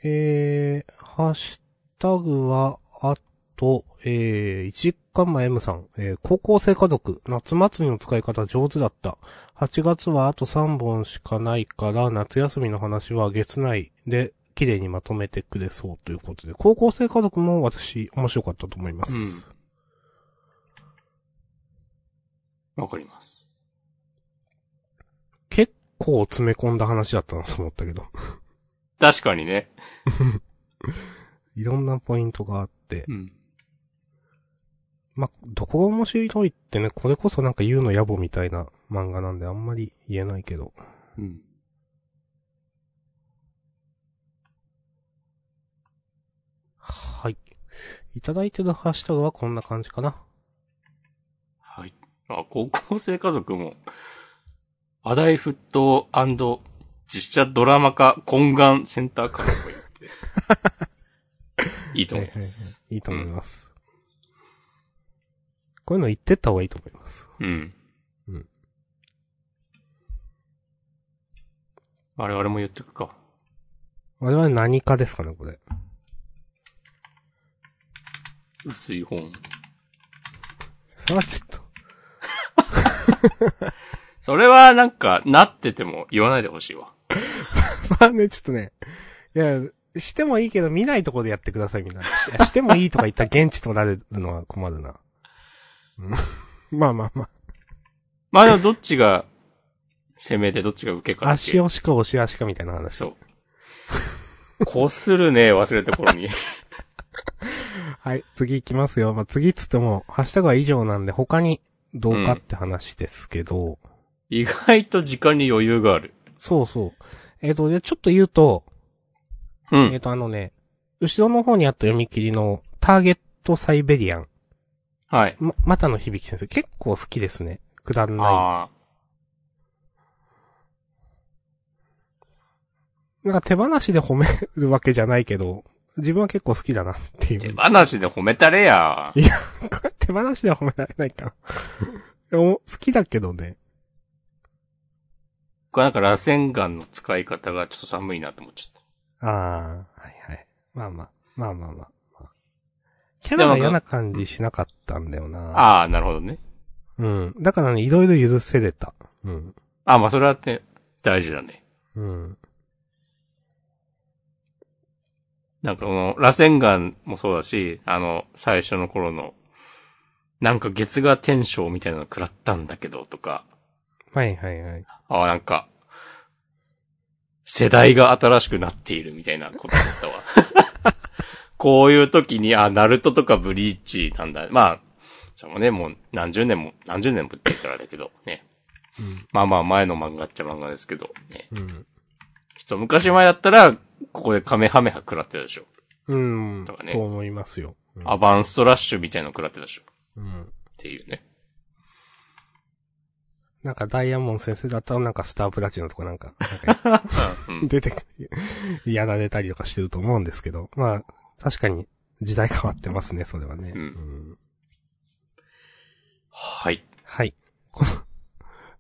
えー、ハッシュタグは、あと、えー、1時間前 M さん、えー、高校生家族、夏祭りの使い方上手だった。8月はあと3本しかないから、夏休みの話は月内で綺麗にまとめてくれそうということで、高校生家族も私、面白かったと思います。
うんわかります。
結構詰め込んだ話だったなと思ったけど、
確かにね。
いろんなポイントがあって、
うん。
まあ、どこが面白いってね、これこそなんか言うの野暮みたいな漫画なんであんまり言えないけど。
うん。
はい。いただいてるハッシュタグはこんな感じかな。
はい。あ、高校生家族も、話題沸騰実写ドラマ化懇願センター化とか言 って。いいと思います。
いいと思います。こういうの言ってった方がいいと思います。
うん。
うん
我々も言ってくか。
我々何かですかね、これ。
薄い本。
さあ、ちょっと。
それはなんか、なってても言わないでほしいわ。
さあね、ちょっとね。いや、してもいいけど見ないとこでやってください、みんな。ししてもいいとか言ったら現地取られるのは困るな。うん まあまあま
まあでもどっちが攻めでどっちが受けか
あ。
だ
足
け。
押しか押し足かみたいな話。
そう。こするね、忘れた頃に。
はい、次行きますよ。まあ、次っつっても、ハッシュタグは以上なんで、他にどうかって話ですけど、
意外と時間に余裕がある。
そうそう。えっ、と、じゃあちょっと言うと、
う
えっ、
ん。
と、あのね、後ろの方にあった読み切りの、ターゲットサイベリアン、
はい。
ま、またの響先生、結構好きですね。くだらな
ああ。
い。なんか手放しで褒めるわけじゃないけど、自分は結構好きだなってい
手
う。
放しで褒めたれや。
これ手放しでは褒められないかな。 でも好きだけどね。
これなんか螺旋岩の使い方がちょっと寒いなと思っちゃっ
ああ、はいはい。まあまあ、まあまあまあまあ。キャラが嫌な感じしなかったんだよ
た。
な。
ああ、なるほどね。
うん。だからね、いろいろ譲せれた。うん。
ああ、まあそれはね、大事だね。
うん。
なんかこの、螺旋岩もそうだし、あの、最初の頃の、なんか月が天章みたいなの食らったんだけど、とか、
はいはいはい。
ああ、なんか、世代が新しくなっているみたいなことだったわ。こういう時に、あ、ナルトとかブリーチなんだ。まあ、それもね、もう何十年も、何十年もって言ったらあれだけど、ね。まあまあ前の漫画っちゃ漫画ですけど、ね。
うん。
一昔前だったら、ここでカメハメハ食らってたでしょ。
うん。
とかね
と思いますよ。うん
アバンストラッシュみたいなの食らってたでしょ。
うん。
っていうね。
なんかダイヤモンド先生だったらなんかスタープラチナとかなんか、なんか
うん。
出てく、やられたりとかしてると思うんですけど、まあ、確かに時代変わってますね、それはね。
うん
ん
はい。
はい。この、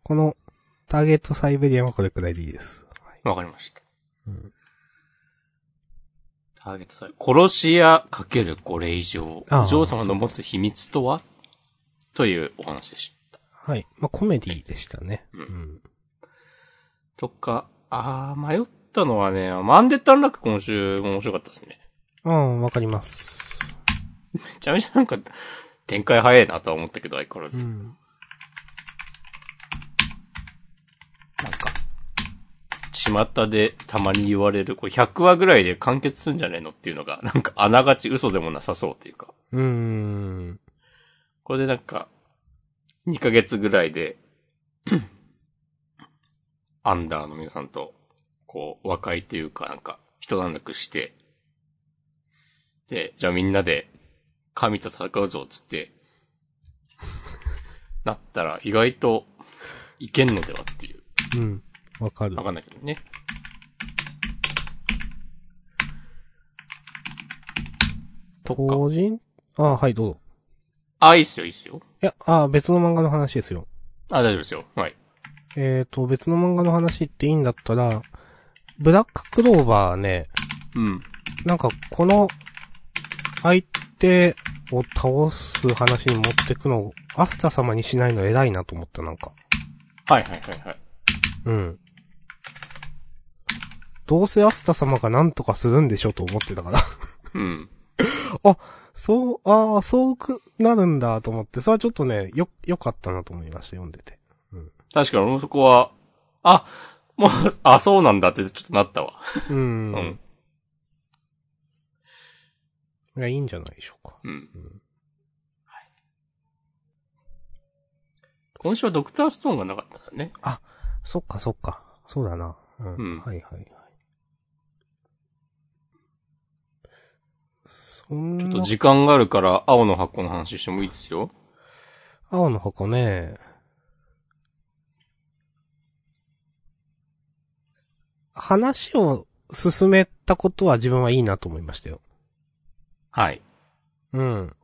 このターゲットサイベリアンはこれくらいでいいです。はい
わかりました。
うん
ターゲットされ、殺し屋かけるこれ以上。お
ああ
嬢様の持つ秘密とはというお話でし
はい。まあ、コメディでしたね。
うん
ん。
た。とか、あー、迷ったのはね、マンデッタンラック今週も面白かったですね。
うん、わかります。
めちゃめちゃなんか、展開早いなとは思ったけど、相変わらず。
うん。
なんか、巷でたまに言われる、これ100話ぐらいで完結するんじゃねえのっていうのが、なんかあながち嘘でもなさそうっていうか。
うーん。
これでなんか、2ヶ月ぐらいで、 アンダーの皆さんと、こう、和解というか、なんか、一段落して、で、じゃあみんなで、神と戦うぞ、つって、 なったら意外と、いけんのではっていう。
うん。わかる
わ。かんないけどね。とか。
個人ああ、はい、どうぞ。
あ、いいっすよ、いいっすよ。
いや、ああ、別の漫画の話ですよ。
あ、大丈夫ですよ。はい。
えっ、と、別の漫画の話っていいんだったら、ブラッククローバーね、
うん。
なんか、この、相手を倒す話に持ってくのを、アスタ様にしないの偉いなと思った、なんか。
はいはいはいはい。
うん。どうせアスタ様が何とかするんでしょと思ってたから。
うん。
そう、ああ、そうくなるんだと思って、それはちょっとね、よ、良かったなと思いました、読んでて。
確かに俺もそこは、あ、もう、あ、そうなんだってちょっとなったわ。
う。
うんん。
いや、いいんじゃないでしょうか。
うん。はい今週はドクターストーンがなかったんだね。
そっか、そっか。そうだな。うん。
うん
はいはいはい。そんな
ちょっと時間があるから、青の箱の話してもいいですよ。
青の箱ね。話を進めたことは自分はいいなと思いましたよ。
はい。
うん。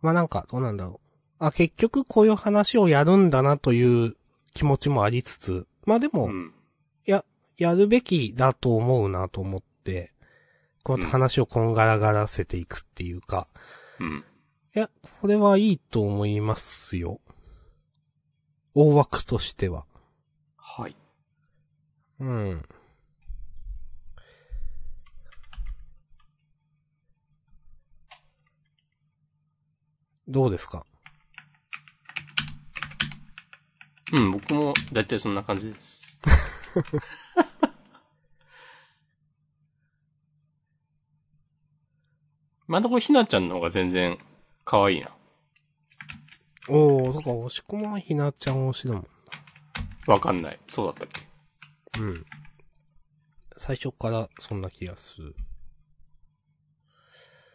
まあなんか、どうなんだろう。あ、結局こういう話をやるんだなという気持ちもありつつ、まあでも、
うん。
やるべきだと思うなと思って、こうやって話をこんがらがらせていくっていうか、
うん。
いや、これはいいと思いますよ。大枠としては。
はい。
うん。どうですか
うん、僕も、だいたいそんな感じ です。まだこれ、ひなちゃんの方が全然、可愛いな。
おー、そっか、押し込まんひなちゃん押しだもん。
わかんない。そうだったっけ
うん。最初からそんな気がする。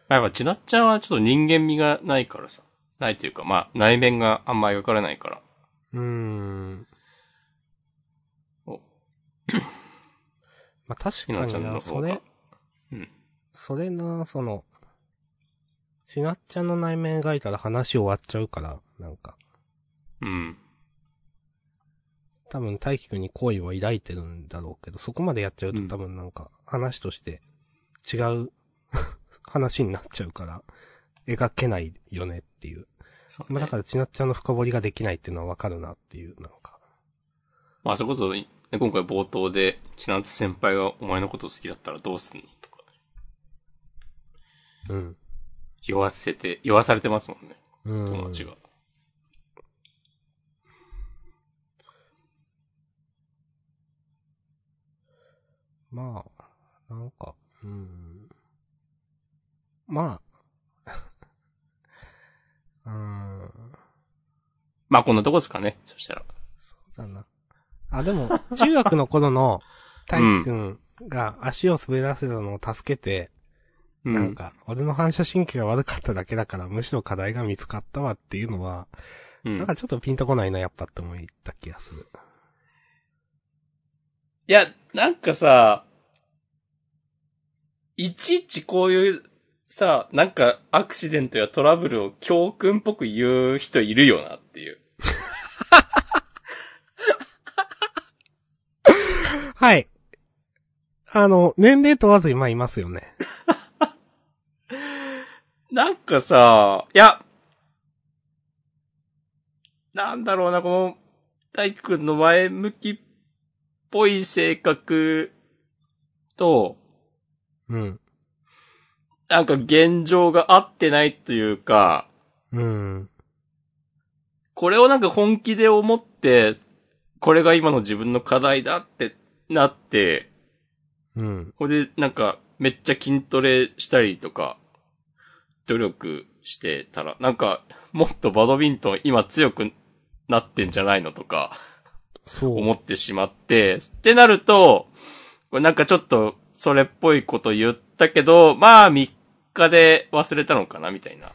まあやっぱ、ちなっちゃんはちょっと人間味がないからさ。ないというか、まあ、内面があんま描かれないから。
うーん。
お、
まあ、確
ひ
か
なちゃん
に
の
な、
方
そ
が
れ、。それな、その、しなっちゃんの内面描いたら話終わっちゃうから、なんか、
うん。
多分大輝くんに好意を抱いてるんだろうけど、そこまでやっちゃうと
うん
多分なんか、話として違う 話になっちゃうから、描けないよねっていう。
そうね
まあ、だからちなっちゃんの深掘りができないっていうのはわかるなっていう、なんか。
まあ、それこそ、ね、今回冒頭で、千夏先輩がお前のこと好きだったらどうすんのとか、
うん。
言わせて、言わされてますもんね。
うん。
友達が。
まあ、なんか、うん。まあ、 うん。
まあ、こんなとこですかね。そしたら。
そうだな。あ、でも、 中学の頃の、大輝くんが足を滑らせたのを助けて、
うん。
なんか、俺の反射神経が悪かっただけだから、むしろ課題が見つかったわっていうのは、
うん、
なんかちょっとピンとこないな、やっぱって思った気がする。
いや、なんかさ、いちいちこういう、さ、なんか、アクシデントやトラブルを教訓っぽく言う人いるよなっていう。
はい。あの、年齢問わず今いますよね。
なんかさ、いや、なんだろうな、この、大輝くんの前向きっぽい性格と、
うん。
なんか現状が合ってないというか、
うん。
これをなんか本気で思って、これが今の自分の課題だってなって、
うん。
これでなんかめっちゃ筋トレしたりとか、努力してたら、なんかもっとバドミントン今強くなってんじゃないのとか、
そう。
思ってしまって、ってなると、これなんかちょっとそれっぽいこと言ったけど、まあ3日で忘れたのかなみたいな。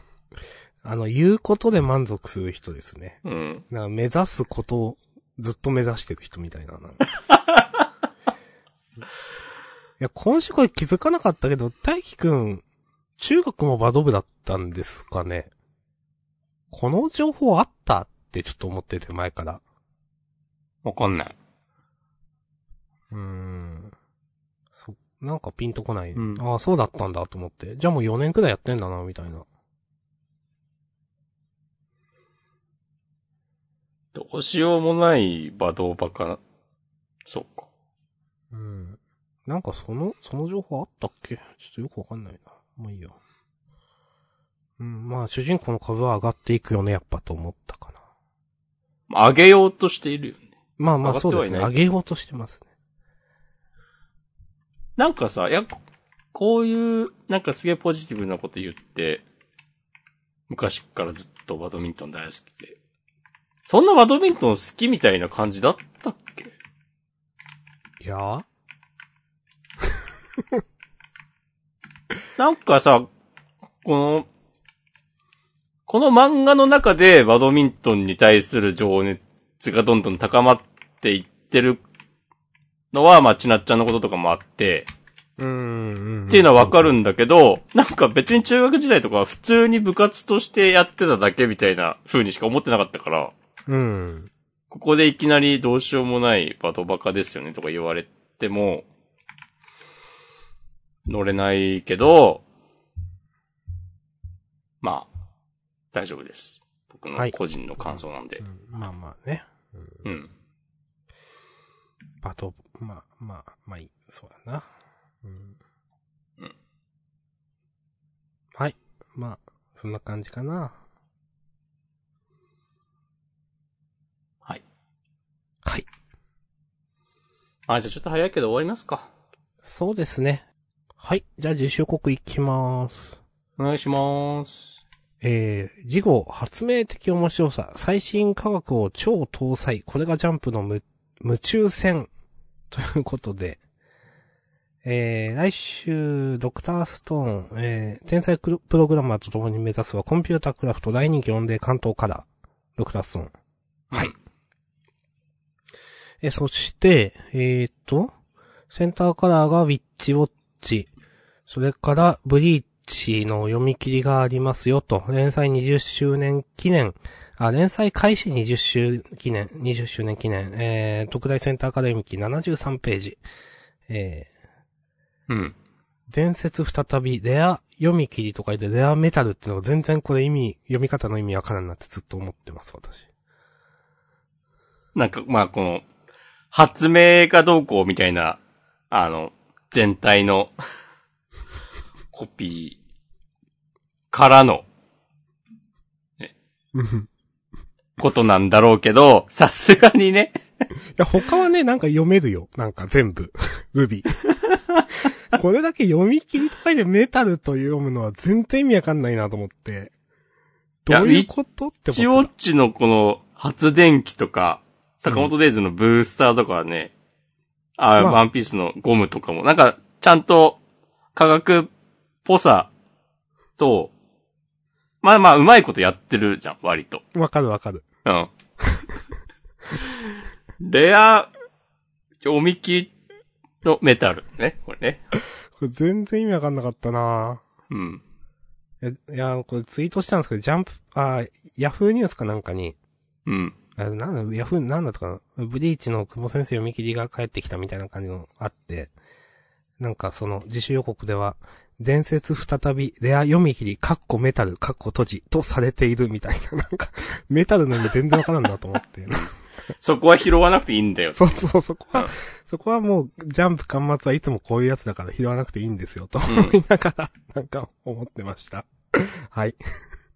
あの、言うことで満足する人ですね。
うん。
なんか目指すことをずっと目指してる人みたいな。 なんかいや、今週これ気づかなかったけど、大輝くん、中学もバド部だったんですかね。この情報あったってちょっと思ってて、前から。
わかんない。
うーん。そ、なんかピンとこない。
うん
ああ、そうだったんだと思って。じゃあもう4年くらいやってんだな、みたいな。
どうしようもないバドバカな。そっか。
うん。なんかその、その情報あったっけちょっとよくわかんないな。まあいいや。うん、まあ主人公の株は上がっていくよね、やっぱと思ったかな。
まあ上げようとしているよね。
まあまあ
上がっ
そ
て
う
は
で
い
す
な
ね。
い
上げようとしてますね。
なんかさ、いや、こういう、なんかすげえポジティブなこと言って、昔からずっとバドミントン大好きで。そんなバドミントン好きみたいな感じだったっけ
いやー
なんかさ、この、この漫画の中でバドミントンに対する情熱がどんどん高まっていってるのは、まあ、ちなっちゃんのこととかもあって、
うーん。
っていうのはわか
る。
るんだけど、なんか別に中学時代とかは普通に部活としてやってただけみたいな風にしか思ってなかったから、
うん。
ここでいきなりどうしようもないバドバカですよねとか言われても、乗れないけど、まあ、大丈夫です。僕
は
の
い
個人の感想なんで。
うんまあまあね。
うん。
バト、まあまあ、まあいい。そうだな。うん。
うん
はい。まあ、そんな感じかな。
はい。
はい。
あ、じゃあちょっと早いけど終わりますか。
そうですね。はい。じゃあ、自主予告いきます。
お願いします。
えー、事後、発明的面白さ、最新科学を超搭載、これがジャンプの無、夢中戦、ということで、えー、来週、ドクターストーン、えー、天才プロプログラマーと共に目指すはコンピュータクラフト大人気4で関東から、ドクターストーン。はい。えー、そして、えー、っと、センターカラーがウィッチウォッチ。それから、ブリーチの読み切りがありますよと。連載20周年記念。あ、連載開始20周記念、20周年記念。えー、特大センターカラー読み切り73ページ。え
うん。
ー、伝説再び、レア読み切りとか言って、レアメタルってのが全然これ意味、読み方の意味わからんなってずっと思ってます、私。
なんか、まあ、この、発明がどうこうみたいな、あの、全体の、コピーからのことなんだろうけど、さすがにね、
いや、他はね、なんか読めるよ。なんか全部。 ルビー。これだけ読み切りとかでメタルと読むのは全然意味わかんないなと思って。
い
ど
や
ういうことって
チウ
思
ォ
っ
ッチのこの発電機とか、坂本デイズのブースターとかはね、あ、
まあ
ワンピースのゴムとかも、なんか、ちゃんと科学っぽさと、まあまあ、うまいことやってるじゃん、割と。
た。わかるわかる。
うん。レア、読み切りのメタルね、これね。
これ全然意味わかんなかったな
うん。
いや、いやこれツイートしたんですけど、ジャンプ、あーヤフーニュースかなんかに、
うん。
あなんだ、ヤフーなんだったかな。ブリーチの久保先生読み切りが帰ってきたみたいな感じのあって、なんかその自主予告では、伝説再びレア読み切り、カッコメタル、カッコ閉じとされているみたいな、 なんか、メタルの意味全然わからんなと思って。
そこは拾わなくていいんだよ。
そうそう、そこ
うん
は、そこはもう、ジャンプ巻末はいつもこういうやつだから拾わなくていいんですよ、と思いながら、なんか思ってました。はい。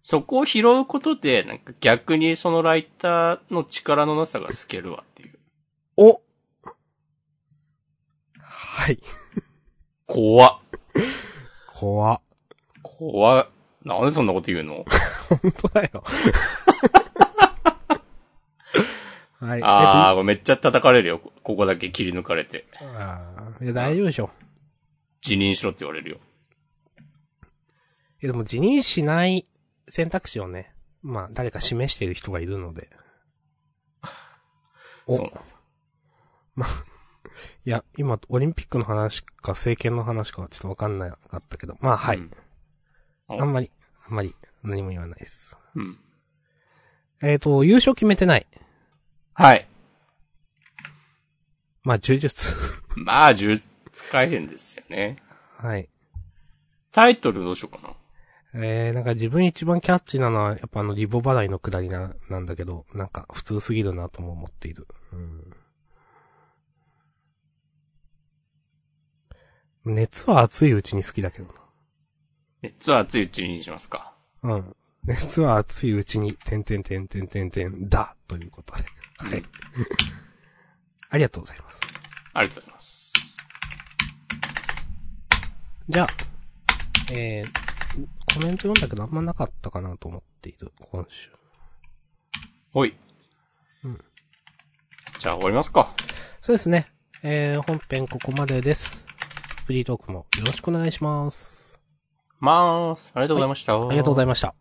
そこを拾うことで、なんか逆にそのライターの力のなさが透けるわっていう。
おはい。
怖っ。
怖っ
怖っ。なんでそんなこと言うの
本当だ よ。はい。
あー、めっちゃ叩かれるよ。こここだけ切り抜かれて。
えっとあーいや、大丈夫でしょ。
辞任しろって言われるよ。
いや、でも辞任しない選択肢をね、まあ、誰か示している人がいるので。お、
そう
いや、今、オリンピックの話か、政権の話か、ちょっとわかんなかったけど、まあ、はい。
うん
あんまり、あんまり、何も言わないです。
うん。
えっ、と、優勝決めてない。
はい。
まあ、柔術。
まあ、呪術術回戦ですよね。
はい。
タイトルどうしようかな。
えー、なんか自分一番キャッチなのは、やっぱあの、リボ払いのくだりな、なんだけど、なんか普通すぎるなとも思っている。うん。熱は熱いうちに好きだけど
熱は熱いうちにしますか。
な。うん。熱は熱いうちに、てんてんてんてんてんてん、だ、ということで。はい。ありがとうございます。
ありがとうございます。
じゃあ、えー、コメント読んだけどあんまなかったかなと思っている、今週。
ほい。じゃあ終わりますか。
そうですね。えー、本編ここまでです。フリートークもよろしくお願いします。
まーす。ありがとうございました。
ありがとうございました。